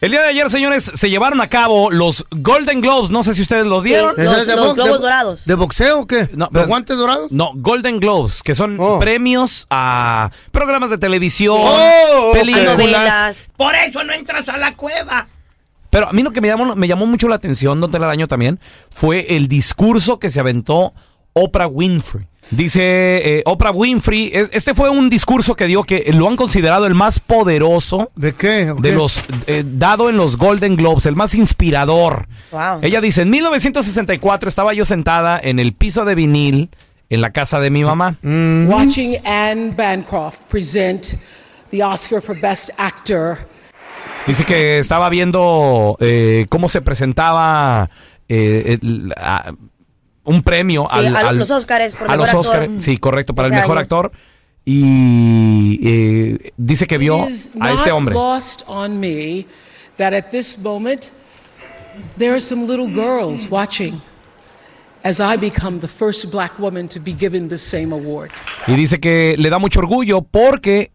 El día de ayer, señores, se llevaron a cabo los Golden Globes. No sé si ustedes lo dieron. Sí. Los- ¿Ese es los bo- globos dorados. ¿De boxeo o qué? No, pero- ¿Los guantes dorados? No, Golden Globes, que son Oh. premios a programas de televisión, Oh, ok. películas. A novelas. Por eso no entras a la cueva. Pero a mí lo que me llamó, me llamó mucho la atención, don Telaraño también, fue el discurso que se aventó Oprah Winfrey. Dice eh, Oprah Winfrey, es- este fue un discurso que dio que lo han considerado el más poderoso ¿De qué? ¿O de qué? los eh, dado en los Golden Globes, el más inspirador. Wow. Ella dice, en 1964 estaba yo sentada en el piso de vinil en la casa de mi mamá. Mm. watching Anne Bancroft present the Oscar for Best Actor. Dice que estaba viendo eh, cómo se presentaba eh, el- a- un premio Sí, a los Óscares por a mejor los actor. Óscares, sí, correcto, para el Ese mejor año. actor. Y eh, dice que vio It is a este not hombre. lost on me that at this moment there are some little girls watching as I become the first black woman to be given the same award. Y dice que le da mucho orgullo porque...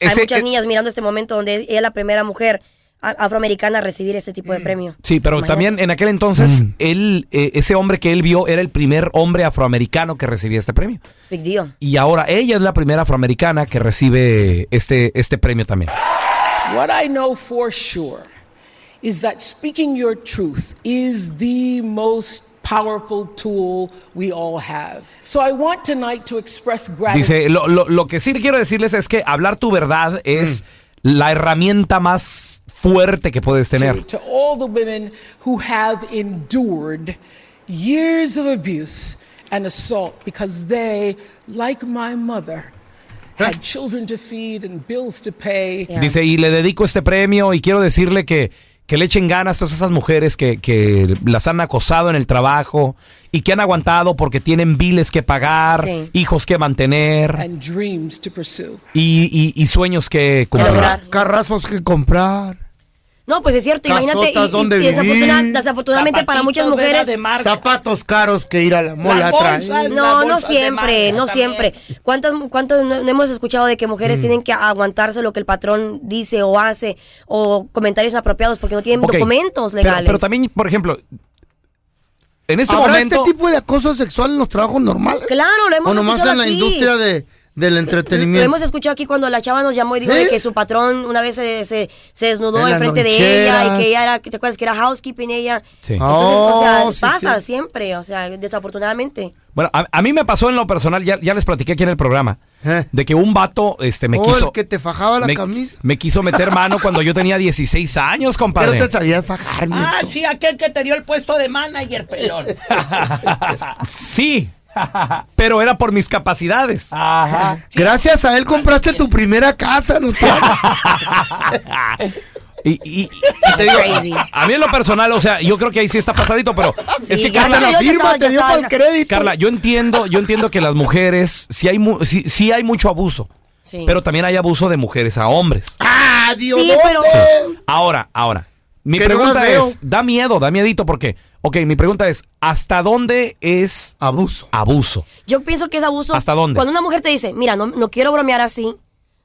Hay ese- muchas eh, niñas mirando este momento donde ella es la primera mujer a- afroamericana a recibir ese tipo de premio. Mm. Sí, pero Imagínate. también en aquel entonces, él, eh, ese hombre que él vio era el primer hombre afroamericano que recibía este premio. Big deal. Y ahora ella es la primera afroamericana que recibe este, este premio también. What I know for sure is that speaking your truth is the most powerful tool we all have. So I want tonight to express gratitude. Dice, lo, lo- lo que sí quiero decirles es que hablar tu verdad es la herramienta más fuerte que puedes tener. to, to all the women who have endured years of abuse and assault because they, like my mother, had children to feed and bills to pay. Yeah. Dice, y le dedico este premio y quiero decirle que, que le echen ganas todas esas mujeres que, que las han acosado en el trabajo y que han aguantado porque tienen biles que pagar, Sí. hijos que mantener And dreams to pursue. y, y- y sueños que cumplir. lograr. Carrazos que comprar. No, pues es cierto, Casotas imagínate. y- donde y- y desafortuna- vivir. desafortunadamente para muchas mujeres. Zapatos caros que ir a la mola traer. No, no siempre, no siempre. ¿Cuántas, cuántos no, no hemos escuchado de que Mm. mujeres tienen que aguantarse lo que el patrón dice o hace o comentarios inapropiados porque no tienen Ok, documentos pero- legales? Pero, también, por ejemplo, en este ¿Habrá momento... este tipo de acoso sexual en los trabajos normales? Claro, lo hemos O nomás escuchado en la aquí. industria de, del lo hemos entretenimiento. escuchado aquí cuando la chava nos llamó y dijo de ¿Eh? que su patrón una vez se, se, se desnudó En las enfrente de ella y loncheras. que ella era, ¿te acuerdas que era housekeeping ella? Sí. Entonces, o sea, Oh, sí, pasa sí. siempre, o sea, desafortunadamente. Bueno, a, a mí me pasó en lo personal, ya, ya les platiqué aquí en el programa, Eh. de que un vato este, me Oh, quiso... el que te fajaba la me, camisa. me quiso meter mano cuando yo tenía 16 años, Pero compadre. te sabías fajar, Ah, mijo. sí, aquel que te dio el puesto de manager, pelón. Sí, pero era por mis capacidades. Ah. Gracias a él compraste tu primera casa, ¿no? Y, y- y te digo, Crazy. a mí en lo personal, o sea, yo creo que ahí sí está pasadito, pero es que ya Carla, Hasta la te dio, ya firma estaba, te ya dio estaba. para el crédito. Carla, yo entiendo, yo entiendo que las mujeres, sí hay, mu- sí, sí hay mucho abuso, Sí. pero también hay abuso de mujeres a hombres. ¡Ah, Dios Sí, pero- Ahora, ahora, mi Que no pregunta las veo. es, da miedo, da miedito, porque, ok, mi pregunta es, ¿hasta dónde es Abuso. abuso? Yo pienso que es abuso. ¿Hasta dónde? Cuando una mujer te dice, mira, no, no quiero bromear así.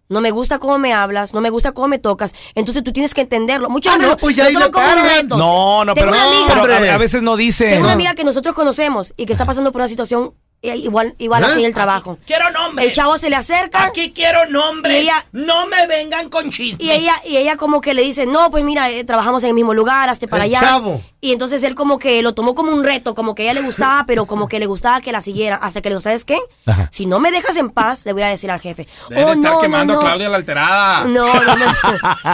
No me gusta cómo me hablas, no me gusta cómo me tocas. Entonces tú tienes que entenderlo. Muchas Ah, no, veces pues ya lo ahí toman la como un cargan. reto. No, no, Tengo pero, una amiga. pero hombre. a, a veces no dice. Tengo una No. amiga que nosotros conocemos y que está pasando por una situación eh, igual, igual así en el trabajo. Quiero nombres. El chavo se le acerca Aquí quiero nombres. Y ella- No me vengan con chistes. y ella, y ella como que le dice, no, pues mira, eh, trabajamos en el mismo lugar, hazte para El allá. chavo. Y entonces él como que lo tomó como un reto, como que a ella le gustaba, pero como que le gustaba que la siguiera. Hasta que le dijo, ¿sabes qué? Ajá. Si no me dejas en paz, le voy a decir al jefe. Debe "Oh, estar no, no, quemando no". a Claudia la alterada. No, no, no.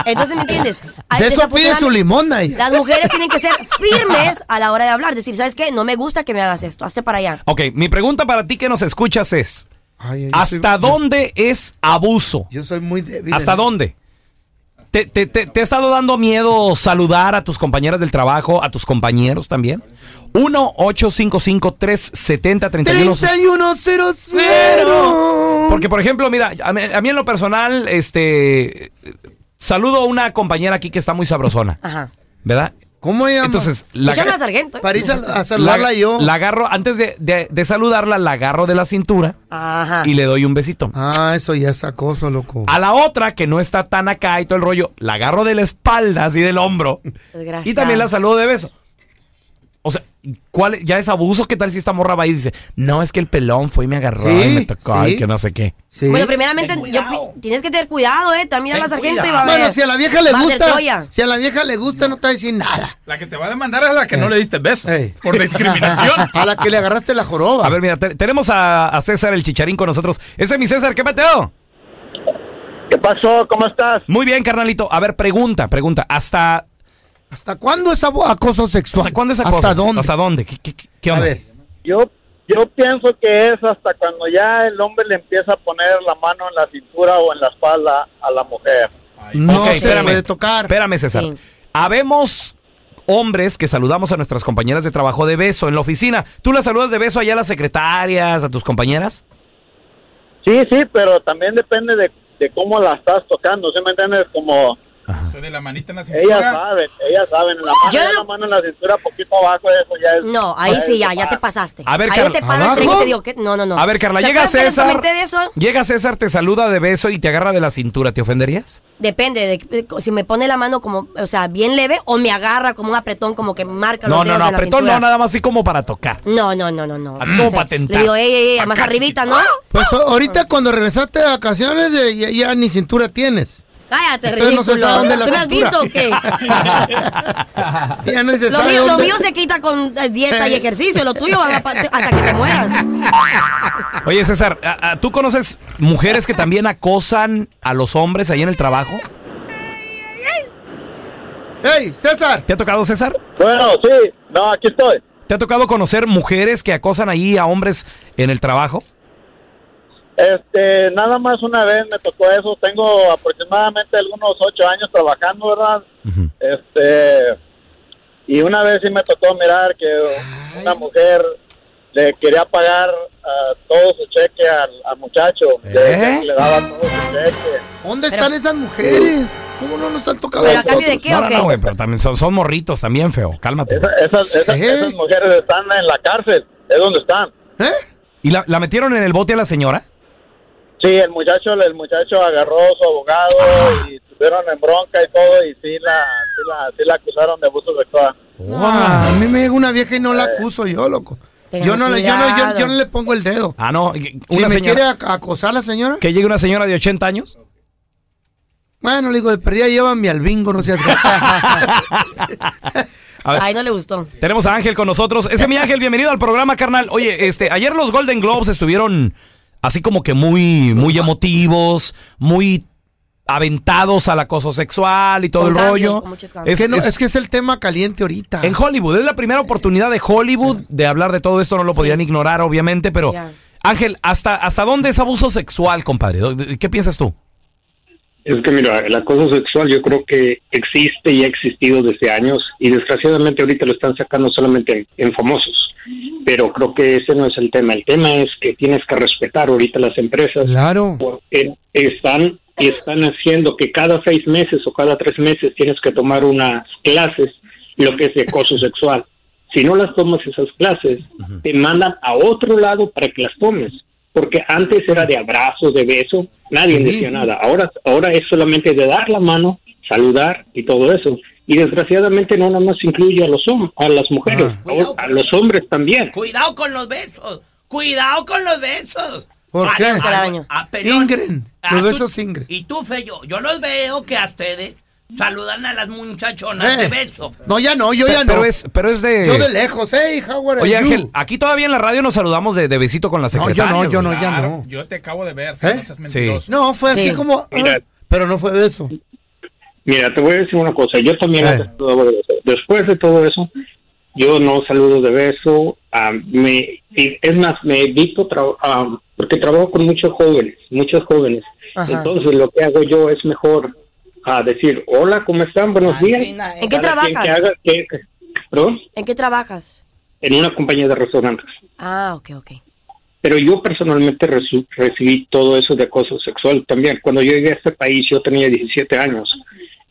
Entonces, ¿me entiendes? Hay- De eso pide desafortunadamente- su limón ahí. Las mujeres tienen que ser firmes a la hora de hablar. Decir, ¿sabes qué? No me gusta que me hagas esto. Hazte para allá. Ok, mi pregunta para ti que nos escuchas es, Ay, ay, yo ¿hasta soy- dónde es abuso? Yo soy muy débil. ¿Hasta en- dónde? ¿Te, te, te, te ha estado dando miedo saludar a tus compañeras del trabajo, a tus compañeros también? 1-855-370-3100. 3100. Porque, por ejemplo, mira, a mí, a mí en lo personal, este. eh, Saludo a una compañera aquí que está muy sabrosona, Ajá. ¿verdad? ¿Cómo ella? Entonces, Pues La... ga- sargento. ¿eh? París a, a saludarla la- yo. la agarro, antes de, de- de saludarla, la agarro de la cintura Ajá. y le doy un besito. Ah, eso ya es acoso, loco. A la otra, que no está tan acá y todo el rollo, la agarro de la espalda, así del hombro. Desgraciada. Y también la saludo de beso. O sea, ¿cuál, es- ya es abuso. ¿Qué tal si esta morra va y dice, no, es que el pelón fue y me agarró Sí, y me tocó, ay, sí. que no sé qué? Sí. Bueno, primeramente, Ten yo cuidado. pi- tienes que tener cuidado, ¿eh? También a Ten la sargento y cuidado. va a ver. Bueno, si a la vieja le va a hacer gusta, Troya. si a la vieja le gusta, no te va a decir nada. La que te va a demandar es la que Eh. no le diste beso. Ey. Por discriminación. A la que le agarraste la joroba. A ver, mira, te- tenemos a, a César el Chicharín con nosotros. Ese es mi César, ¿qué pateo? ¿Qué pasó? ¿Cómo estás? Muy bien, carnalito. A ver, pregunta, pregunta. ¿Hasta, ¿Hasta cuándo es abo- acoso sexual? ¿hasta cuándo esa cosa? ¿Hasta dónde? ¿Hasta dónde? ¿Qué, qué- qué- qué A onda? ver. Yo, yo pienso que es hasta cuando ya el hombre le empieza a poner la mano en la cintura o en la espalda a la mujer. No Ok, se puede tocar. Espérame, César. Sí. Habemos hombres que saludamos a nuestras compañeras de trabajo de beso en la oficina. ¿Tú las saludas de beso allá a las secretarias, a tus compañeras? Sí, sí, pero también depende de, de cómo la estás tocando. ¿Sí me entiendes? Como Soy de la manita en la ellas cintura. saben, ellas saben. La mano, Yo no- la mano en la cintura, poquito abajo, eso ya es. No, ahí ya es sí, ya, ya tomar. te pasaste. A ver, ahí Carla, te paro el ¿abajo? tren y te digo que. No, no, no. A ver, Carla, ¿Se llega acuerdan que les César. comenté de eso? Llega César, te saluda de beso y te agarra de la cintura. ¿Te ofenderías? Depende de, de- si me pone la mano como, o sea, bien leve o me agarra como un apretón, como que marca los No, no, dedos no, en la apretón cintura. no, nada más así como para tocar. No, no, no, no, no. Así como O sea, pa' tentar. Le digo, ey, ey, ey, Pa' más acá, arribita, ¿no? chiquito. Pues o- ahorita cuando regresaste de vacaciones, eh, ya, ya ni cintura tienes. Cállate, Entonces no ridículo. se sabe dónde la ¿Tú me has visto cintura. o qué? Ya no se Lo sabe mío, lo dónde- mío se quita con eh, dieta y ejercicio. Lo tuyo va a pa- hasta que te mueras. Oye, César, ¿a- a- ¿tú conoces mujeres que también acosan a los hombres ahí en el trabajo? ¡Ey, César! ¿Te ha tocado, César? Bueno, sí, no, aquí estoy. ¿Te ha tocado conocer mujeres que acosan ahí a hombres en el trabajo? Este, nada más una vez me tocó eso. Tengo aproximadamente algunos ocho años trabajando, ¿verdad? Este, y una vez sí me tocó mirar que una mujer le quería pagar ah, todo su cheque al, al muchacho. Le, ¿Eh? le daba todo su cheque. ¿Dónde Pero- están esas mujeres? ¿Cómo no nos han tocado ¿Pero a a cambio de nosotros? qué no, o no, qué? no, güey, pero también son, son morritos, también feo. Cálmate. Esa- esas, esas- Sí. esas mujeres están en la cárcel, es donde están. ¿Eh? ¿Y la, la metieron en el bote a la señora? Sí, el muchacho, el muchacho agarró a su abogado y estuvieron en bronca y todo y sí la, sí la, sí la acusaron de abuso sexual. Ah, a mí me llega una vieja y no la acuso yo, loco. Tengan Yo no, le, yo, no, yo, cuidado. yo no le pongo el dedo. Ah, no. y- Si Una me señora, quiere ac- acosar la señora, Que llegue una señora de 80 años. bueno, le digo, de perdida llévame al bingo, no seas gato. A ver. Ay, no le gustó. Tenemos a Ángel con nosotros. Ese es mi Ángel, bienvenido al programa, carnal. Oye, este, ayer los Golden Globes estuvieron así como que muy, muy emotivos, muy aventados al acoso sexual y todo Con el cambios, rollo. con muchos cambios. Es, Es- que no- es- es que es el tema caliente ahorita. En Hollywood, es la primera oportunidad de Hollywood de hablar de todo esto, no lo podían ignorar, obviamente, pero Ya. Ángel, ¿hasta, ¿hasta dónde es abuso sexual, compadre? ¿Qué piensas tú? Es que mira, el acoso sexual yo creo que existe y ha existido desde años y desgraciadamente ahorita lo están sacando solamente en, en famosos, pero creo que ese no es el tema. El tema es que tienes que respetar ahorita las empresas. Claro. Porque están y están haciendo que cada seis meses o cada tres meses tienes que tomar unas clases, lo que es de acoso sexual. Si no las tomas esas clases, te mandan a otro lado para que las tomes. Porque antes era de abrazo, de beso, nadie Sí. decía nada. Ahora, ahora es solamente de dar la mano, saludar y todo eso. Y desgraciadamente no nada más incluye a los hom- a las mujeres, a, a los hombres también. Cuidado con los besos. Cuidado con los besos. ¿Por Ah, qué? ah, Te la baño. ah, perdón. Ingren, Ah, los tú- besos Ingren. Y tú, Feyo, yo los veo que a ustedes saludan a las muchachonas Eh. de beso. No, ya no, yo ya Pero no. es, pero es de... Yo de lejos, hey, how are Oye, you? Ángel, aquí todavía en la radio nos saludamos de, de besito con la yo no, secretaria. yo no, güey. ya no. Yo te acabo de ver, ¿Eh? no seas Sí. mentiroso. No, fue así Sí. como. Mira. ah, pero no fue eso. Mira, te voy a decir una cosa. Yo también antes saludaba de beso. Después de todo eso, yo no saludo de beso. ah, me, y es más, me evito tra- ah, porque trabajo con muchos jóvenes, muchos jóvenes. Ajá. Entonces, lo que hago yo es mejor a decir, hola, ¿cómo están? Buenos días. ¿En qué Cada quien que trabajas? haga- que- que- ¿Perdón? ¿En qué trabajas? En una compañía de restaurantes. Ah, ok, ok. Pero yo personalmente resu- recibí todo eso de acoso sexual también. Cuando yo llegué a este país, yo tenía 17 años.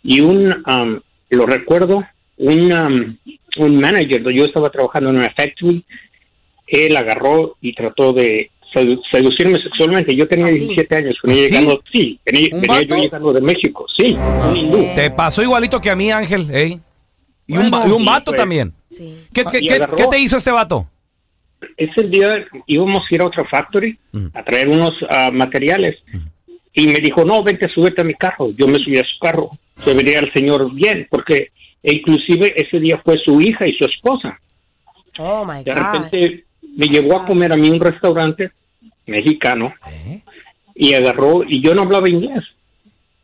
Y un, am, lo recuerdo, un, am, un manager, yo estaba trabajando en una factory, él agarró y trató de sedu- seducirme sexualmente. Yo Ah, tenía 17 años, venía llegando, sí, venía, ¿Un venía yo vato? llegando de México, sí, un hindú. Te pasó igualito que a mí, Ángel, ¿eh? Y, un, va- y un vato también. ¿Qué, qué- Ah, Y qué- agarró- qué te hizo este vato? ese día íbamos a ir a otra factory a traer unos ah, materiales y me dijo, no, vente, súbete a mi carro. Yo me subí a su carro. Se vería el señor bien, porque e inclusive ese día fue su hija y su esposa. Oh, my De God. repente me llevó a comer a mí a un restaurante mexicano y agarró, y yo no hablaba inglés.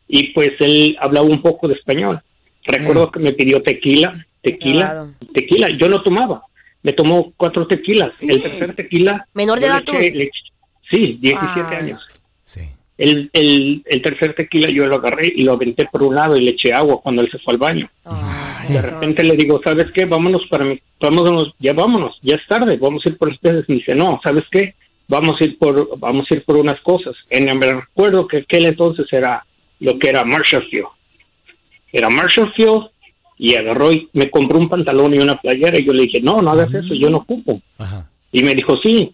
Y pues él hablaba un poco de español. Recuerdo que me pidió tequila, tequila, tequila. Yo no tomaba. Me tomó cuatro tequilas. El tercer tequila. Menor de yo le edad tú. eché- le eché- Sí, 17 Ah. años. El, el, el tercer tequila yo lo agarré y lo aventé por un lado y le eché agua cuando él se fue al baño. de repente le digo, ¿sabes qué? Vámonos para mi, vámonos, ya vámonos, ya es tarde, vamos a ir por ustedes. Me dice, no, ¿sabes qué? Vamos a ir por, vamos a ir por unas cosas. En el, me recuerdo que aquel entonces era lo que era Marshallfield. Era Marshallfield y agarró y me compró un pantalón y una playera y yo le dije, no, no hagas eso, yo no ocupo. Y me dijo, sí.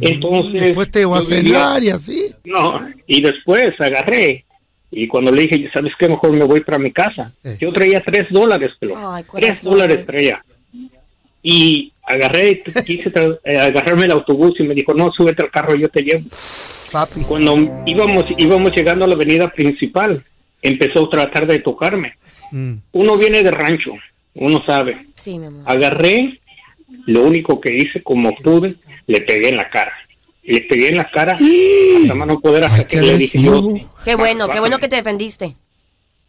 Entonces... Después te llevó a yo vivía- cenar y así. no, y después agarré. Y cuando le dije, ¿sabes qué? Mejor me voy para mi casa. Yo traía tres dólares, pero Ay, tres corazón. dólares traía. Y agarré, quise tra- eh, agarrarme el autobús y me dijo, no, súbete al carro, yo te llevo. Cuando íbamos, íbamos llegando a la avenida principal, empezó a tratar de tocarme. Uno viene de rancho, uno sabe. Sí, mi amor. Ah, Agarré, lo único que hice como pude, le pegué en la cara. Le pegué en la cara hasta más no poder hasta que le dije yo. Qué bueno, qué bueno que te defendiste.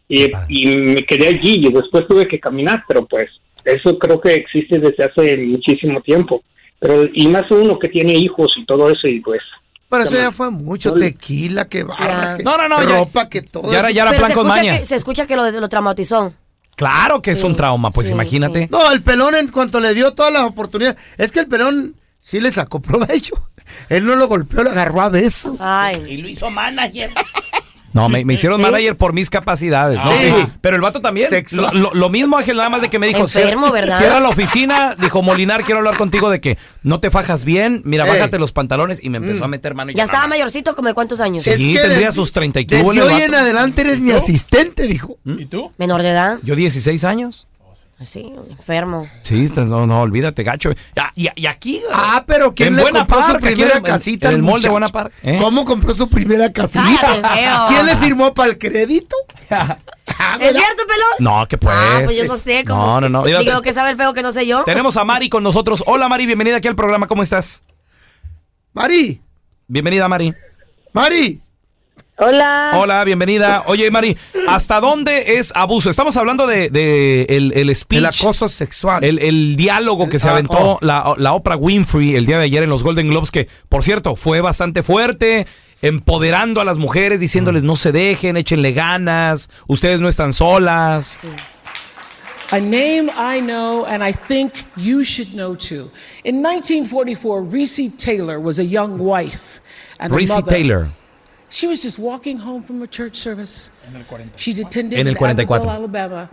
Y, y me quedé allí y después tuve que caminar, pero pues eso creo que existe desde hace muchísimo tiempo. Pero, y más uno que tiene hijos y todo eso y pues... Pero eso ya fue mucho. Tequila, que barra. que No, no, no, ya- Ropa, que todo. ya era- ya era Pero plan se con escucha maña. que- Se escucha que lo, lo traumatizó. Claro que es un trauma, pues imagínate. No, el pelón en cuanto le dio todas las oportunidades. Es que el pelón sí le sacó provecho. Él no lo golpeó, lo agarró a besos. Ah. Y lo hizo manager. No, me, me hicieron ¿Sí? manager por mis capacidades, ¿no? Sí. Ajá. Pero el vato también. Lo, Sexual. lo- lo mismo, Ángel, nada más de que me dijo, Enfermo, "Cier- ¿verdad?" cierra la oficina, dijo, Molinar, quiero hablar contigo de que no te fajas bien, mira, Ey. bájate los pantalones y me empezó a Mm. meter mano. y yo, "Ah, Ya estaba mayorcito, como de cuántos años. Sí, tendría sus 30 y qué hubo el vato. ¿Mm? adelante eres mi asistente, dijo. ¿Y tú? Menor de edad. Yo 16 años. Sí, enfermo. Sí, estás- no, no, olvídate, gacho. Ya, y, y aquí. Ah, pero ¿quién En le Buena compró su Park, aquí primera en- en- casita? en al el mall de muchacho? Buena Park, ¿eh? ¿Cómo compró su primera casita? feo. ¿Quién le firmó para el crédito? ¿Es cierto, pelón? No, que pues. Ah, pues yo no sé. ¿cómo? No, no, no. Mira, Digo te- que sabe el feo que no sé yo. Tenemos a Mari con nosotros. Hola, Mari, bienvenida aquí al programa. ¿Cómo estás? Mari. Bienvenida, Mari. Mari. Hola. Hola, bienvenida. Oye, Mari, ¿hasta dónde es abuso? Estamos hablando de, de el, el speech. El acoso sexual. El, diálogo que se ah, aventó oh. la, la Oprah Winfrey el día de ayer en los Golden Globes, que, por cierto, fue bastante fuerte. empoderando a las mujeres, Mm. diciéndoles no se dejen, échenle ganas, ustedes no están solas. A name I know and I think you should know too. In 1944, Reese Taylor was a young wife and Reese a mother. Taylor. She was just walking home from a church service. She'd attended En el 44. Abbeville, Alabama,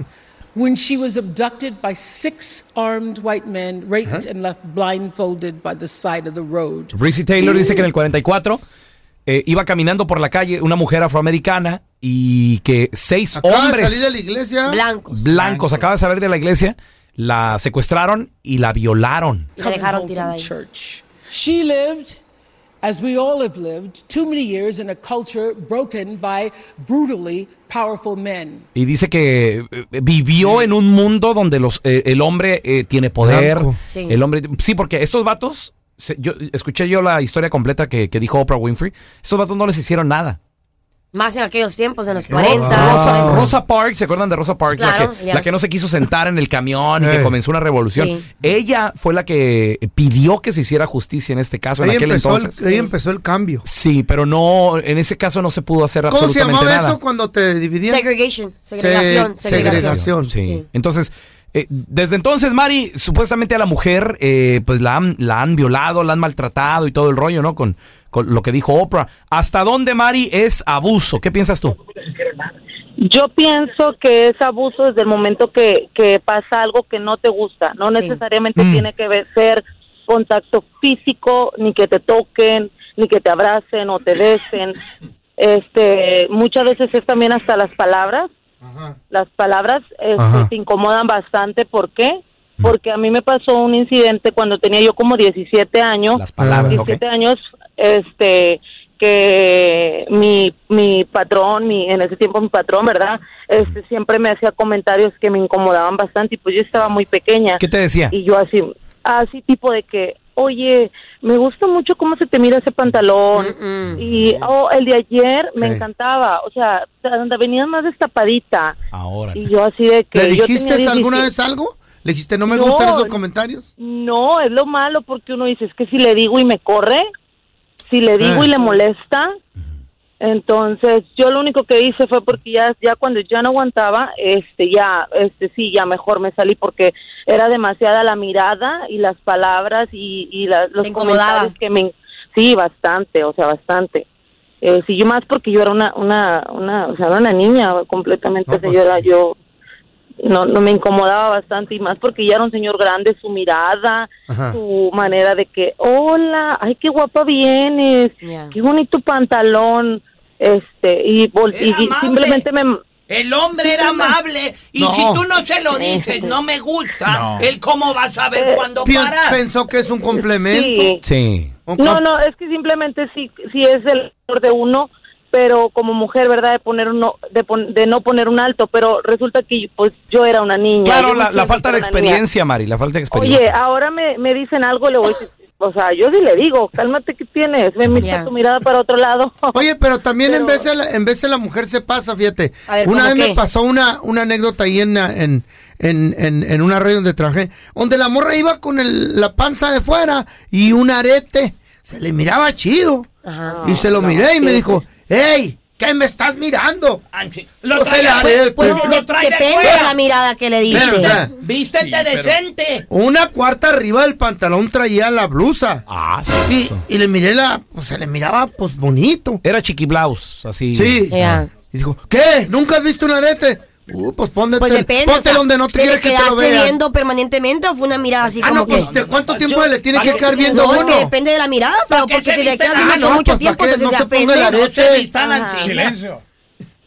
when she was abducted by six armed white men, raped Uh-huh. and left blindfolded by the side of the road. Reese Taylor dice que en el 44 eh, iba caminando por la calle una mujer afroamericana y que seis Acaba de hombres salir de la iglesia. Blanco. blancos acaba de salir de la iglesia la secuestraron y la violaron. Y la dejaron tirada ahí. She lived, as we all have lived, too many years in a culture broken by brutally powerful men. Y dice que eh, vivió en un mundo donde los, eh, el hombre eh, tiene poder. Blanco. Sí. El hombre. Sí, porque estos vatos, se- yo escuché yo la historia completa que, que dijo Oprah Winfrey. Estos vatos no les hicieron nada. Más en aquellos tiempos, en los Ro- 40. Rosa, Rosa Parks, ¿se acuerdan de Rosa Parks? Claro, la, que, ya. la que no se quiso sentar en el camión Eh. y que comenzó una revolución. Sí. Ella fue la que pidió que se hiciera justicia en este caso, Ahí, en aquel empezó el, entonces. ahí empezó el cambio. Sí, pero no, en ese caso no se pudo hacer ¿Cómo se absolutamente llamaba nada. eso cuando te dividían? Segregation. Se- Segregación. segregación. segregación. Sí. Entonces, eh, desde entonces, Mari, supuestamente a la mujer, eh, pues la han, la han violado, la han maltratado y todo el rollo, ¿no? Con, con lo que dijo Oprah. ¿Hasta dónde, Mari, es abuso? ¿Qué piensas tú? Yo pienso que es abuso desde el momento que, que pasa algo que no te gusta. No necesariamente Mm. tiene que ver- ser contacto físico, ni que te toquen, ni que te abracen o te besen. Este, muchas veces es también hasta las palabras. Las palabras este, Ajá. te incomodan bastante. ¿Por qué? Porque a mí me pasó un incidente cuando tenía yo como 17 años. Las palabras, Ah. 17 años, este, que mi, mi patrón, mi, en ese tiempo mi patrón, ¿verdad? Este, siempre me hacía comentarios que me incomodaban bastante y pues yo estaba muy pequeña. ¿Qué te decía? Y yo así, así tipo de que, oye, me gusta mucho cómo se te mira ese pantalón. Y oh, el de ayer me Ok. encantaba. O sea, donde venía más destapadita. Ahora. Y yo así de que... ¿Le yo dijiste tenía alguna 17 vez algo? ¿Le dijiste no me No, gustan esos comentarios? no, es lo malo porque uno dice, es que si le digo y me corre, si le Eh. digo y le molesta, entonces yo lo único que hice fue porque ya, ya cuando ya no aguantaba, este, ya, este, sí, ya mejor me salí porque era demasiada la mirada y las palabras y, y la- los Te incomodaba. comentarios que me, sí, bastante, o sea, bastante. Eh, sí, yo más porque yo era una, una, una, o sea, era una niña completamente, pues o sea, yo era yo no, no me incomodaba bastante y más porque ya era un señor grande, su mirada, Ajá. su manera de que, hola, ay, qué guapa vienes, qué bonito pantalón, este, y, vol- y- y simplemente me... El hombre era amable Eh. y No. si tú no se lo dices, Este. no me gusta, No. él cómo va a saber Eh, cuándo Piens- parar. pensó que es un complemento. Sí. Sí. No, no, es que simplemente sí, sí es el error de uno, pero como mujer, ¿verdad? De, poner uno, de, pon- de no poner un alto, pero resulta que pues yo era una niña. Claro, yo me la, la siento falta de que era una niña. experiencia, Mari, la falta de experiencia. Oye, ahora me, me dicen algo, le voy a decir, o sea, yo sí le digo, cálmate que tienes, me mira Ya. tu mirada para otro lado. Oye, pero también en vez de la, en vez de la mujer se pasa, fíjate. A ver, una ¿cómo vez qué? me pasó una, una anécdota ahí en, la- en, en, en, en una red donde trabajé, donde la morra iba con el- la panza de fuera y un arete. Se le miraba chido. y se lo no, miré y me sí, dijo, ¡Ey! ¿Qué me estás mirando? Lo Pues el trae arete. afuera, pues, lo trae Depende afuera. de la mirada que le diste. Pero, espera. Vístete decente. Una cuarta arriba del pantalón traía la blusa. Ah, sí. Y, y le miré la, pues se le miraba pues bonito. Era chiquiblaus, así. Sí. Ya. Y dijo, "Ah". ¿qué? ¿Nunca has visto un arete? Uh, pues póndete, Pues depende. ponte o sea, donde no te ¿te quieres le que te lo quedaste vean. viendo permanentemente o fue una mirada así Ah, como no, pues, que? ¿de cuánto tiempo le tiene que quedar viendo no, es uno? que depende de la mirada, pero porque si le quedas Ah, viendo no, por mucho pues, ¿para tiempo, qué? entonces No ya se pende. ponga el arete. Silencio.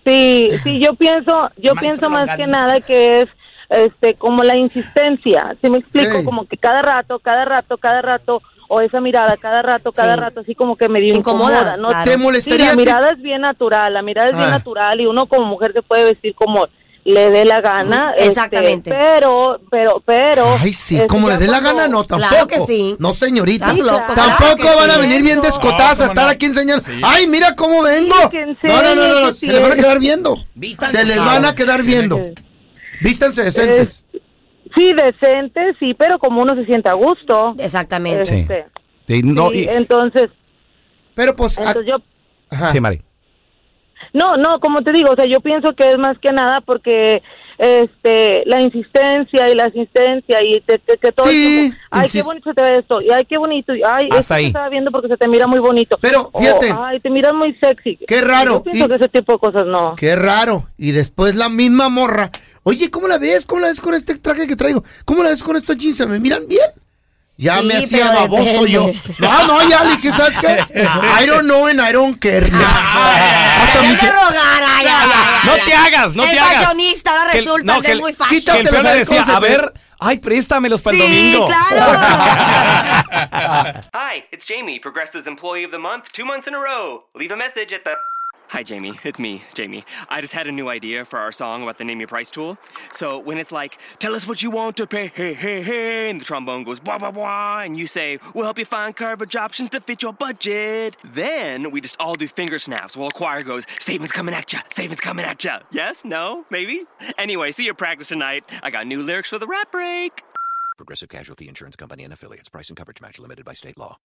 Sí, sí, yo pienso, yo pienso más que nada que es este como la insistencia, ¿sí me explico? Como que cada rato, cada rato, cada rato, o esa mirada, cada rato, cada rato, así como que medio Incomoda, incomoda, ¿no? claro. ¿Te Sí, molestaría a la ti? mirada es bien natural, la mirada es bien Ah. natural y uno como mujer se puede vestir como le dé la gana. Mm, este, exactamente. pero, pero, pero. Ay, sí, este, como ya le dé la cuando- gana, no, tampoco. No, señorita. Estás loco, claro tampoco que van a sí. venir bien descotadas No, a cómo estar no. aquí enseñando. Sí. Ay, mira cómo vengo. Sí, que no, no, no, no, no, enseñen, que se les van a quedar tienen. viendo. Vístanse, Se les claro. van a quedar viendo. Vístanse decentes. Sí, decente, sí, pero como uno se siente a gusto. Exactamente. Sí. Sí, no, Sí, y- entonces. Pero pues. yo, Sí, Mari. No, no, como te digo, o sea, yo pienso que es más que nada porque este la insistencia y la asistencia y te- te- que todo el tiempo, ay qué bonito se te ve esto y ay qué bonito y ay Hasta esto ahí. te estaba viendo porque se te mira muy bonito pero fíjate. ay te miras muy sexy Qué raro. yo pienso Y- que ese tipo de cosas no Qué raro. Y después la misma morra. Oye, ¿cómo la ves? ¿Cómo la ves con este traje que traigo? ¿Cómo la ves con estos jeans? ¿Se me miran bien? Ya Sí, me hacía pero baboso depende. yo. No, no, ya le dije, ¿sabes qué? I don't know and I don't care. Hasta mi se- No te hagas, no El te hagas. fashionista, ahora Que el- resulta que es el- muy fashion. que el feo Quítatelo, le ¿sabes decía, cómo se a te- ver, ay, préstamelos para el Sí, domingo. Hi, it's Jamie, Progressive's Employee of the Month, two months in a row. Leave a message at the. Hi, Jamie. It's me, Jamie. I just had a new idea for our song about the Name Your Price tool. So when it's like, tell us what you want to pay, hey, hey, hey, and the trombone goes, blah, blah, blah, and you say, we'll help you find coverage options to fit your budget. Then we just all do finger snaps while a choir goes, savings coming at ya, savings coming at ya. Yes? No? Maybe? Anyway, see you at practice tonight. I got new lyrics for the rap break. Progressive Casualty Insurance Company and affiliates. Price and coverage match limited by state law.